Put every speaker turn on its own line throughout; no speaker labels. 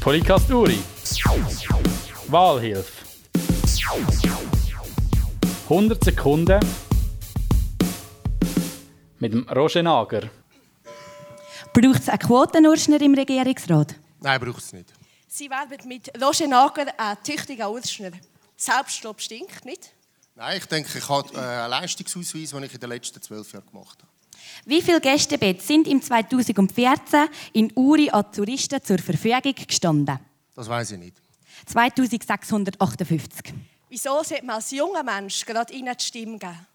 Podcast Uri. Wahlhilfe. 100 Sekunden mit dem Roger Nager.
Braucht es einen Quotenurschner im Regierungsrat?
Nein, braucht es nicht.
Sie werden mit Roger Nager ein tüchtiger Ausschner. Selbstlob stinkt nicht.
Nein, ich denke, ich habe äh, einen Leistungsausweis, den ich in den letzten zwölf Jahren gemacht habe.
Wie viele Gästebett sind im 2014 in Uri an Touristen zur Verfügung gestanden?
Das weiß ich nicht.
2658.
Wieso sollte man als junger Mensch gerade Ihnen die Stimme geben?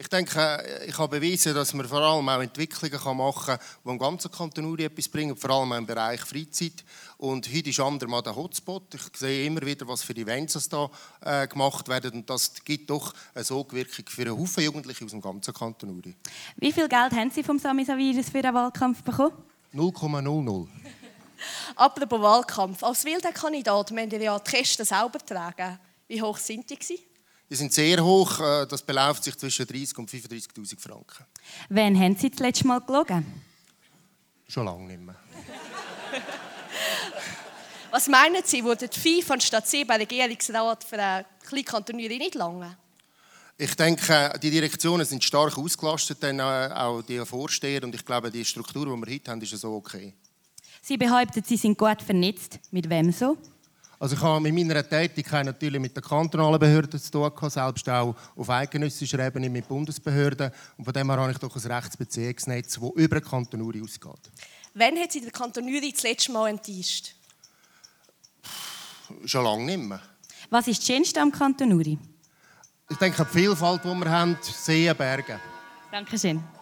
Ich denke, äh, ich habe bewiesen, dass man vor allem auch Entwicklungen machen kann, die im ganzen Kanton Uri etwas bringen, vor allem auch im Bereich Freizeit. Und heute ist andermal der Hotspot. Ich sehe immer wieder, was für Events da äh, gemacht werden. Und das gibt doch eine Sogwirkung für einen Haufen Jugendliche aus dem ganzen Kanton Uri.
Wie viel Geld haben Sie vom Sami Saviris für den Wahlkampf bekommen?
0,00.
Apropos Wahlkampf. Als wilder Kandidat müssen Sie ja die Kästen selber tragen. Wie hoch sind die? gewesen?
Die sind sehr hoch. äh, Das beläuft sich zwischen 30 und 35.000 Franken.
Wen haben Sie das letzte Mal gelogen?
Schon lange nicht mehr.
Was meinen Sie, würden fünf von statt sieben Regierungsrat für eine kleine Kantoniere nicht lange?
Ich denke, die Direktionen sind stark ausgelastet, dann äh, auch die Vorsteher. Und ich glaube, die Struktur, die wir heute haben, ist ja so okay.
Sie behaupten, Sie sind gut vernetzt. Mit wem so?
Also ich habe mit meiner Tätigkeit natürlich mit den kantonalen Behörden zu tun, gehabt, selbst auch auf eidgenössischer Ebene mit Bundesbehörden. Und von dem her habe ich doch ein Rechtsbeziehungsnetz, das über den Kanton Uri ausgeht.
Wann hat Sie der Kanton Uri das letzte Mal enttäuscht?
Schon lange nicht mehr.
Was ist das Schönste am Kanton Uri?
Ich denke, die Vielfalt, die wir haben, Seen, Berge.
Dankeschön.